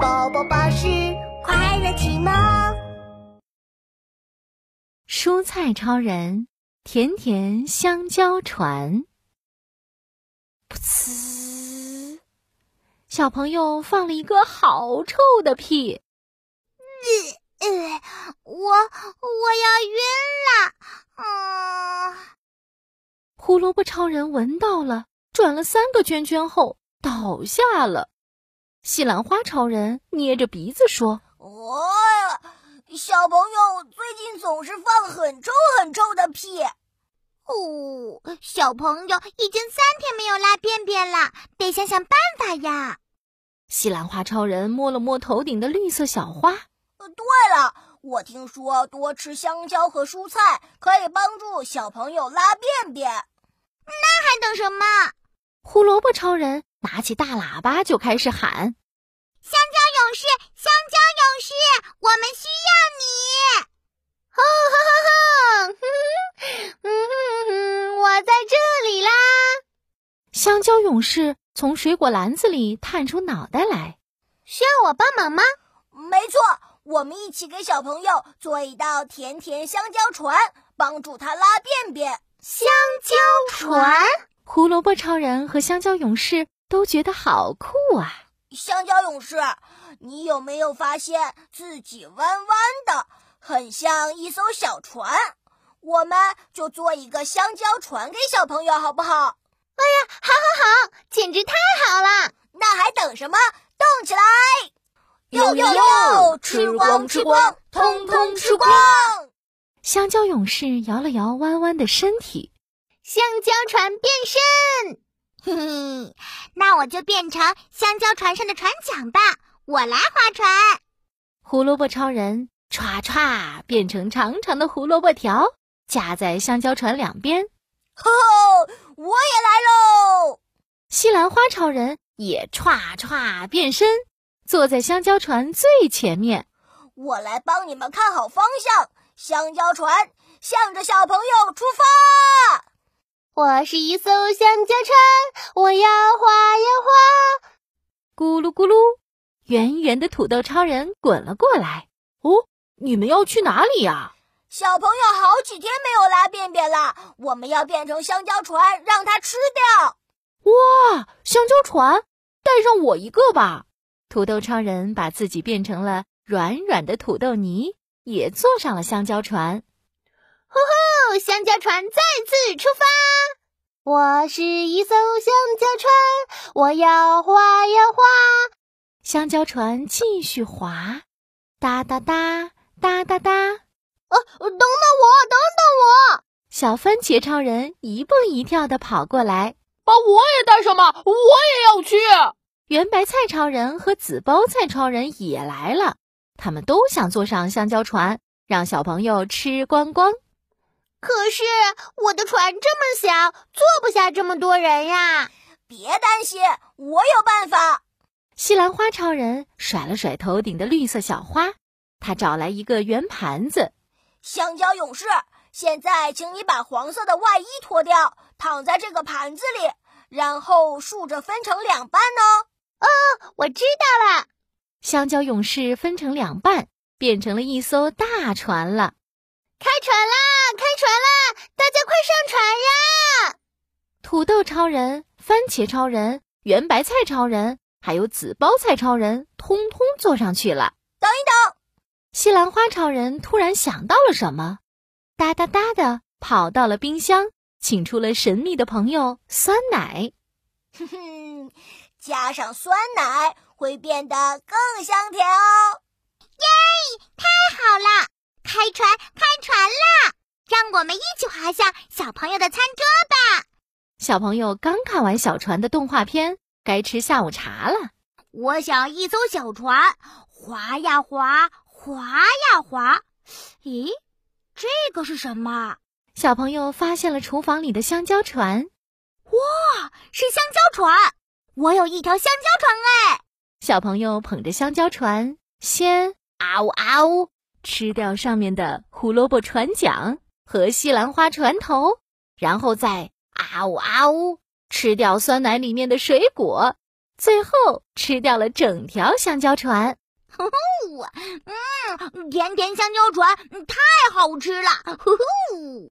宝宝巴士快乐启蒙。蔬菜超人，甜甜香蕉船。噗呲！小朋友放了一个好臭的屁，呃呃，我我要晕了，嗯，胡萝卜超人闻到了，转了三个圈圈后倒下了。西兰花超人捏着鼻子说哦，小朋友最近总是放很臭很臭的屁，哦，小朋友已经三天没有拉便便了，得想想办法呀。：“西兰花超人摸了摸头顶的绿色小花，呃对了，我听说多吃香蕉和蔬菜可以帮助小朋友拉便便。还等什么？胡萝卜超人拿起大喇叭就开始喊。勇士，香蕉勇士，我们需要你！吼吼吼吼！嗯嗯，我在这里啦！香蕉勇士从水果篮子里探出脑袋来。需要我帮忙吗？没错，我们一起给小朋友做一道甜甜香蕉船，帮助他拉便便。香蕉船，胡萝卜超人和香蕉勇士都觉得好酷啊！香蕉勇士，你有没有发现自己弯弯的，很像一艘小船？我们就做一个香蕉船给小朋友，好不好？哎简直太好了！那还等什么？动起来！哟哟哟吃光吃光通通吃光！香蕉勇士摇了摇弯弯的身体，香蕉船变身，嘿嘿，那我就变成香蕉船上的船桨吧，我来划船。胡萝卜超人歘歘变成长长的胡萝卜条，架在香蕉船两边。吼吼， 我也来喽！西兰花超人也歘歘变身，坐在香蕉船最前面。我来帮你们看好方向。香蕉船向着小朋友出发。我是一艘香蕉船，我要划呀划。咕噜咕噜，圆圆的土豆超人滚了过来。哦，你们要去哪里呀、小朋友好几天没有拉便便了，我们要变成香蕉船，让它吃掉。哇，啊香蕉船，带上我一个吧。土豆超人把自己变成了软软的土豆泥，也坐上了香蕉船。哦，香蕉船再次出发。我是一艘香蕉船，我要划呀划。香蕉船继续滑，哒哒哒哒哒哒。呃等等我，等等我，小番茄超人一蹦一跳地跑过来，把我也带上吧，我也要去。圆白菜超人和紫包菜超人也来了，他们都想坐上香蕉船，让小朋友吃光光。可是我的船这么小，坐不下这么多人呀。别担心，我有办法。西兰花超人甩了甩头顶的绿色小花，他找来一个圆盘子，香蕉勇士，现在请你把黄色的外衣脱掉，躺在这个盘子里，然后竖着分成两半哦。我知道了，香蕉勇士分成两半，变成了一艘大船了。开船啦，开船啦，大家快上船呀！土豆超人、番茄超人、圆白菜超人，还有紫包菜超人，通通坐上去了。等一等，西兰花超人突然想到了什么，哒哒哒的跑到了冰箱，请出了神秘的朋友酸奶。哼哼，嗯加上酸奶会变得更香甜哦。好了，开船，开船啦！让我们一起滑向小朋友的餐桌。小朋友刚看完小船的动画片，该吃下午茶了。我想一艘小船，划呀划，划呀划。咦，这个是什么？小朋友发现了厨房里的香蕉船，是香蕉船。我有一条香蕉船啊！小朋友捧着香蕉船，先啊呜啊呜吃掉上面的胡萝卜船桨和西兰花船头，然后再啊呜啊呜吃掉酸奶里面的水果，最后吃掉了整条香蕉船。嗯，甜甜香蕉船嗯太好吃了，呼呼。